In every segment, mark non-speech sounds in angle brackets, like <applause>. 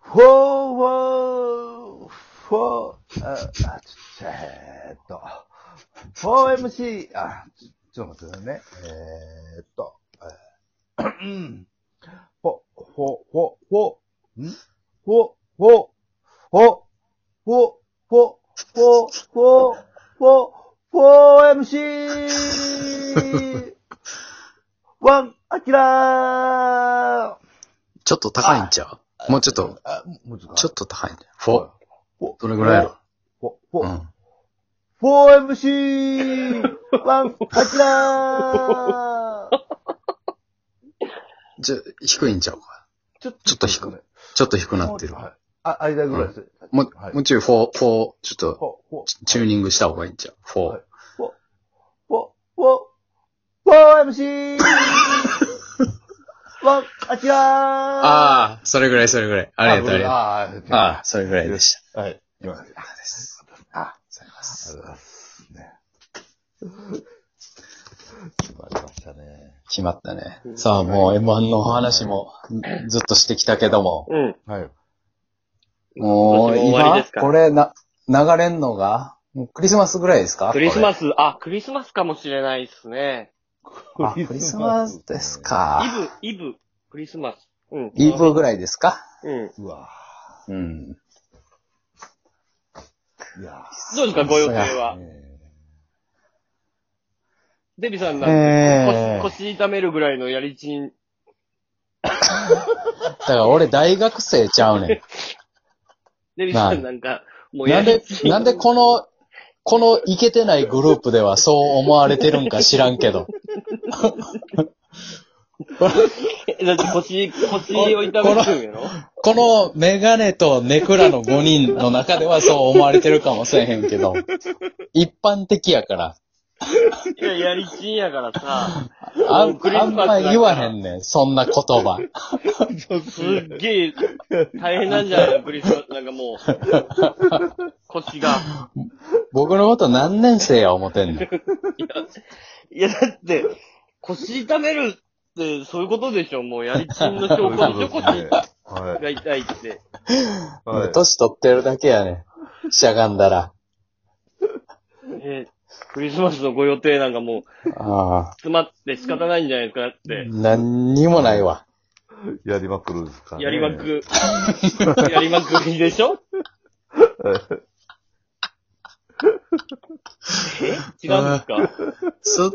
フォー、フォー、あ、あ、ちょ、ちょえーっと、4MC、あ、ちょ、ちょっと待ってくださいね。えーっと、えーうんフォ、フォ、フォ、フォ、んフォ、フォ、フォ、フォ、フォ、フォ、フォ、フォ、フォ MC! ワン、アキラーちょっと高いんちゃうもうちょっと、あ、もうちょっと。ちょっと高いんちゃうフォフォどれぐらいやろフォ、フうォ、ん。 4MC! ワン、アキラーちょ、低いんちゃうかちょっ <laughs> ちょっと低くちょっと低くなってる。はいあ、間ぐらいです。もう、はいもうちょいフォー、フォー、フちょっと、ォ、フォ、チューニングした方がいいんちゃうフォはーい。フォ、フォ、4MC! <laughs> ワン、アキラーあ、ああ、それぐらい、それぐらい。ありがとう、ありがとう。ありがとう。ああ、それぐらいでした。あ、はい。今まで。あです。あ、ありがとうございあまりがとうございす。ますね。わかりましたね。決まったね。さあ、もう M1 のお話もずっとしてきたけども、うん。はい。もう今年も終わり今です、からこれな、流れんのが、もうクリスマスぐらいですかクリスマス。ス、あ、クリスマスかもしれないですね。あ、クリスマスです。か。イブ、イブ、クリスマス。うん。イブぐらいですかうん。うわうん。いやどうですか、ご予定ーは。ねデビさんなんえーて腰、腰痛めるぐらいのやりちん。だから俺大学生ちゃうねデビさんなんか、 <laughs> もん。うやなんりでち、ん。なんでこの、このイケてないグループではそう思われてるんか知らんけ <laughs> ど。 <laughs> だって腰、腰を痛めてるんやろこのメガネとネクラの5人の中ではそう思われてるかもしれへんけど、一般的やから。いや、やりちんやからさ、あもうんクリスあマんスだからま言わへんねん、そんな言葉。すっげえ大変なんじゃないのクリスマス。なんかもう、 <laughs> 腰が。僕のこと何年生や思てんねん。いや、だって、腰痛めるって、そういうことでしょもう、やりちんの証拠でしょ腰はが痛いって。い。はい。年取ってるだけやねん。しゃがんだら。えクリスマスのご予定なんかもう、ああ。詰まって仕方ないんじゃないですかだって。何にもないわ。やりまくるんですかね。やりまく、 <laughs> やりまくりでしょえ違うんですかそ、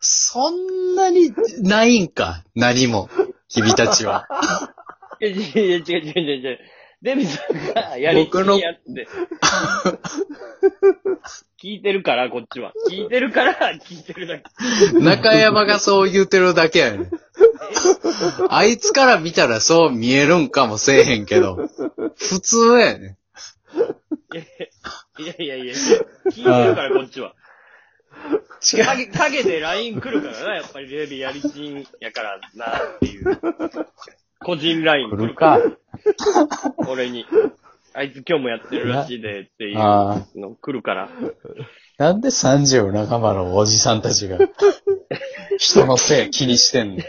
そんなにないんか。何も。君たちは。いや、いやいや違う違う違う違う。デビさんがやりちんやって。聞いてるから、こっちは。聞いてるから、聞いてるだけ。中山がそう言うてるだけやねん。あいつから見たらそう見えるんかもせえへんけど。普通やねん。いやいやいや、聞いてるから、こっちは。影、影で LINE 来るからな、やっぱりテレビやりちんやからな、っていう。個人 LINE 来るから、。俺に。あいつ今日もやってるらしいで、っていうああ。の来るから。なんで30仲間のおじさんたちが、人のせい気にしてんの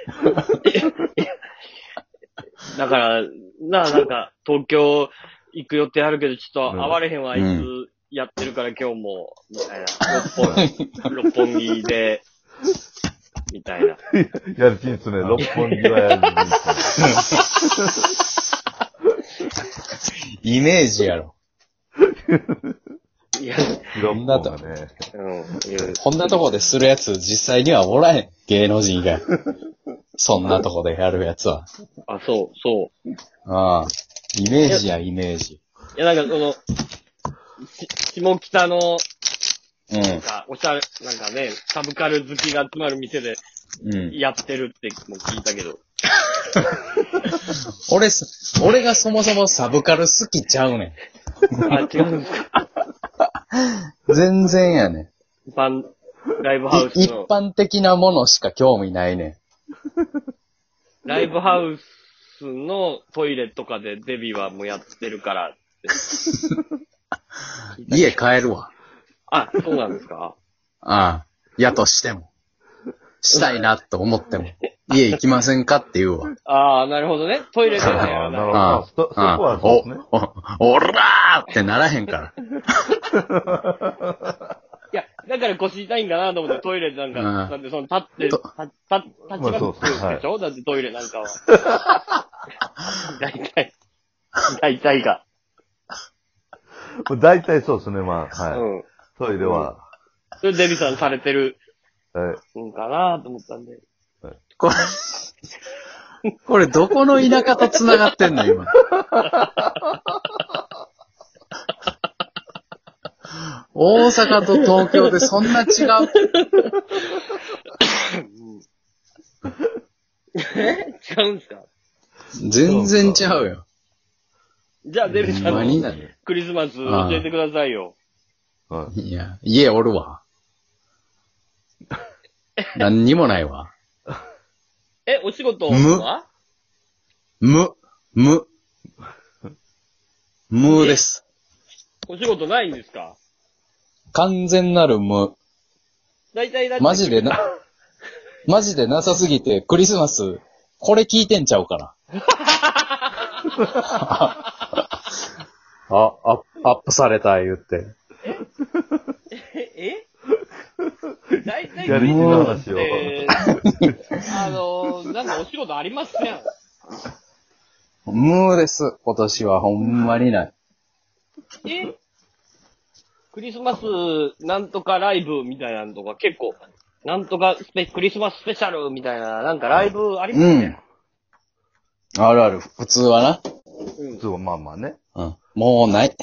だから、なあ、なんか、東京行く予定あるけど、ちょっうとん会われへんわ、あいつやってるから今日も、みたいな。六本木、六本木で、みたいな。やる気ですね。六本木はやる気ですね。イメージやろ。いや、六本木はね。うん。いやこんなとこでするやつ実際にはおらへん。芸能人以外。そんなとこでやるやつは。あ、そう、そああ。イメージや、イメージ。う。いや、なんかその、し下北の、うなんか、おしゃれ、なんかね、サブカル好きが集まる店でん。うん。やってるってもう聞いたけど。俺す、俺がそもそもサブカル好きちゃうねあ、違うんですか。ん。全然やねバン、ライブハウん。ス一の、般的なものしか興味ないねライブハウスのトイレとかでデビはもうやってるからって。ん。家帰るわ。あ、そうなんですかああ。やとしても。したいなと思っても、家行きませんかって言うわ。ああ、なるほどね。トイレじゃないあよーなな。るほうどあそそんこはそうですねうんお、お、おらーってならへんから。いや、だから腰痛いんだなと思って、トイレなんか、うんだってその立って、とた立立ちまくまあそうってるでしょ、はいだってトイレなんかは。 <laughs> 大体、大体が。もう大体そうですね、まあ、はい。うん。トイレは、それデビさんされてるはい。んかなと思ったんで。これ、これどこの田舎と繋がってんの今。大阪と東京でそんな違うえ違うんすか全然違うよ。じゃあデビさんほんまにのなるクリスマス教えてくださいよ。はいや、家おるわ。何にもないわ。え、お仕事はむ、む。むです。お仕事ないんですか完全なる無。大体だって。マジで <laughs> な、マジでなさすぎて、クリスマス、これ聞いてんちゃうから。あ、あ、アップされた、言って。 <laughs> え大体い。やり手の話を。えーあのー、なんかお仕事ありません。無です、今年はほんまにない。えクリスマスなんとかライブみたいなのとか結構、なんとかスペクリスマススペシャルみたいな、なんかライブありますうんね。。あるある、普通はうん。そう、まあまあね。な。うん。もうない。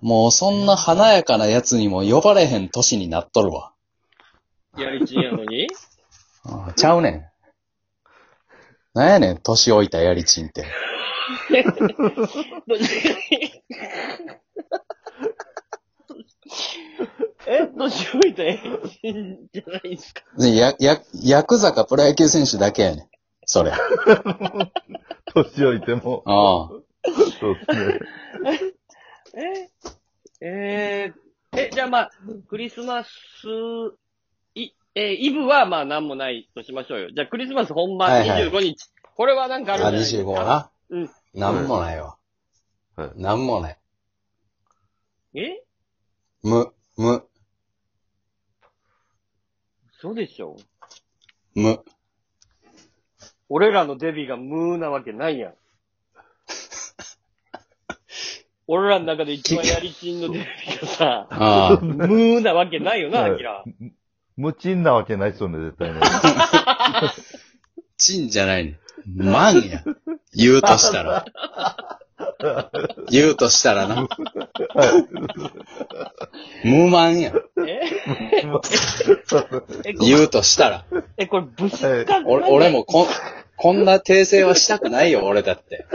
もうそんな華やかなやつにも呼ばれへん年になっとるわ。やりちんやのにあちゃうねん。なんやねん、年老いたやりちんって。え年老いたエンジンじゃないですか。ねや、や、ヤクザかプロ野球選手だけやねん。それ。あ年老いても。あ。そうですね。ええーえ、じゃあまあ、クリスマス、い、えーイブはまあ何もないとしましょうよ。じゃあクリスマス本番は25い日。はいこれはなんかあるんじあ、ゃないですか25な。うん。なんもないわ。はいなんもない。えむ、む、そうでしょむ。俺らのデビが無なわけな <laughs> いやん。俺らの中で一番やりちんのデビが <laughs> さ、ああ。無なわけないよな、はいアキラ。無賃なわけないっすよね、絶対ね。ちんじゃないねん。まんや。言うとしたら。言うとしたらな。無まんや。ええ、こ言うとしたら。え、これ、物質感俺、俺もこん、こんな訂正はしたくないよ、俺だって。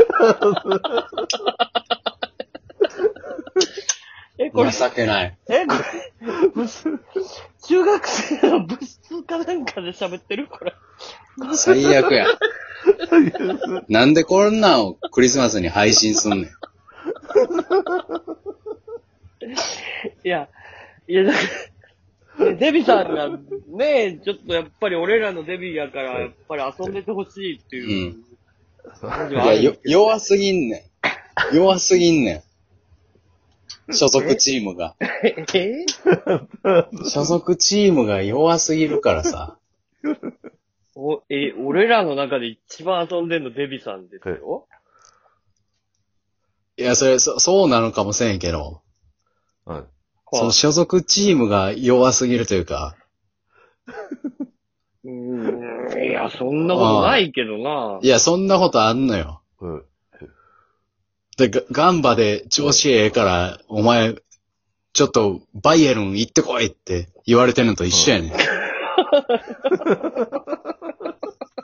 え、これ、情けない。え、これ、物質中学生の物質かなんかで喋ってるこれ。最悪 <laughs> や。なんでこんなんをクリスマスに配信すんねん。いや、いや、だから、ねデビさんが、ねちょっとやっぱり俺らのデビやから、やっぱり遊んでてほしいっていう。感いじはあや、るよ、弱すぎんねん。弱すぎんねん。所属チームが。え所属チームが弱すぎるからさ。お、え、俺らの中で一番遊んでんのデビさんですよ。いや、それ、そ、そうなのかもしれんけど、はい。その所属チームが弱すぎるというか、。うーんいや、そんなことないけどないや、そんなことあんのよ。うんで、ガガンバで調子ええから、お前、ちょっとバイエルン行ってこいって言われてるのと一緒や <laughs> ねん。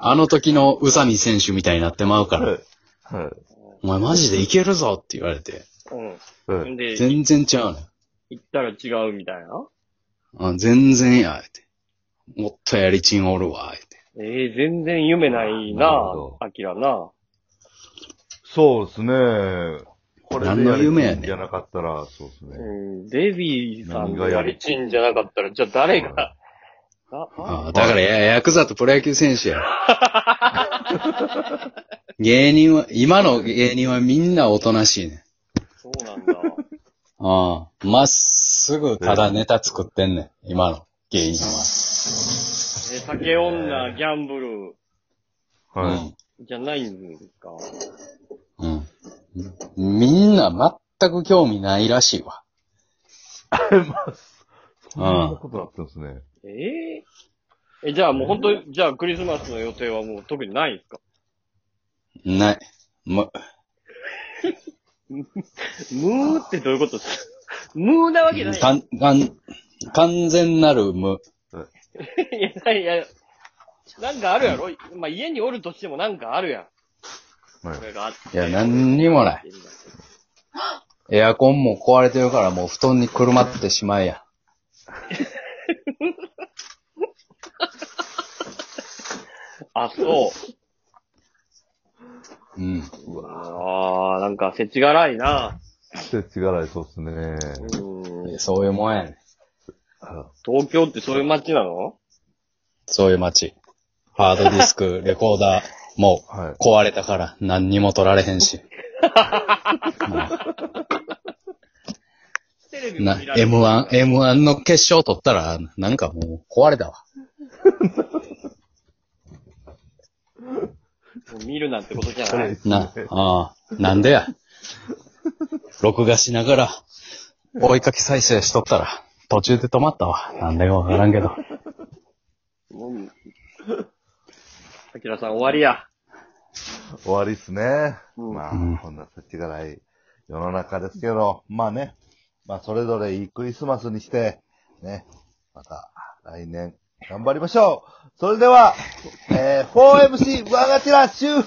あの時の宇佐美選手みたいになってまうから。はい。お前マジでいけるぞって言われて。はうん。い。で、全然ちゃうね行ったら違うみたいな。ん。あ全然や、って。もっとやりちんおるわ、って。ええ全然夢ないななるほどあきらな。そうですね。これ何の夢やねんじゃなかったら、そうですうね。ん、デビーさんがやりちんじゃなかったら、じゃあ誰があ、ああだからや、ヤクザとプロ野球選手や。 <laughs> 芸人は、今の芸人はみんなおとなしいね。そうなんだ。ああまっすぐただネタ作ってんねん。今の芸人は。え、酒女、ギャンブル、はい。じゃないんですか。うん。うん。みんな全く興味ないらしいわ。あれ、まあ、そんなことだったんですね。えええ、じゃあもう本当に、じゃあクリスマスの予定はもう特にないんですかない。ま、ムーってどういうことですかムーなわけない。かん、かん、完全なる無。 <laughs> いや、ない、いや、なんかあるやろまあ、家におるとしてもなんかあるやん。はいこれがあっていや、何にもない。エアコンも壊れてるからもう布団にくるまってしまえや。あ、そうう。ん。ああ、なんか、せちがらいな。せちがらいそうっすね。うん。そういうもんやねん。あ東京ってそういう街なのそういう街。ハードディスク、レコーダー、もうはい壊れたから何にも取られへんし。テレビな、見られる M1、M1 の決勝取ったら、なんかもう壊れたわ。見るなんてことじゃこなれい。な、ああ、なんでや。録画しながら、追いかけ再生しとったら、途中で止まったわ。なんでかわからんけど。うん。 <laughs> さきらさん終わりや。終わりっすね。うんまうんあ、こんなせちがらい世の中ですけど、まあね、まあそれぞれいいクリスマスにして、ね、また来年頑張りましょうそれでは、えー、4MC 我がちら終了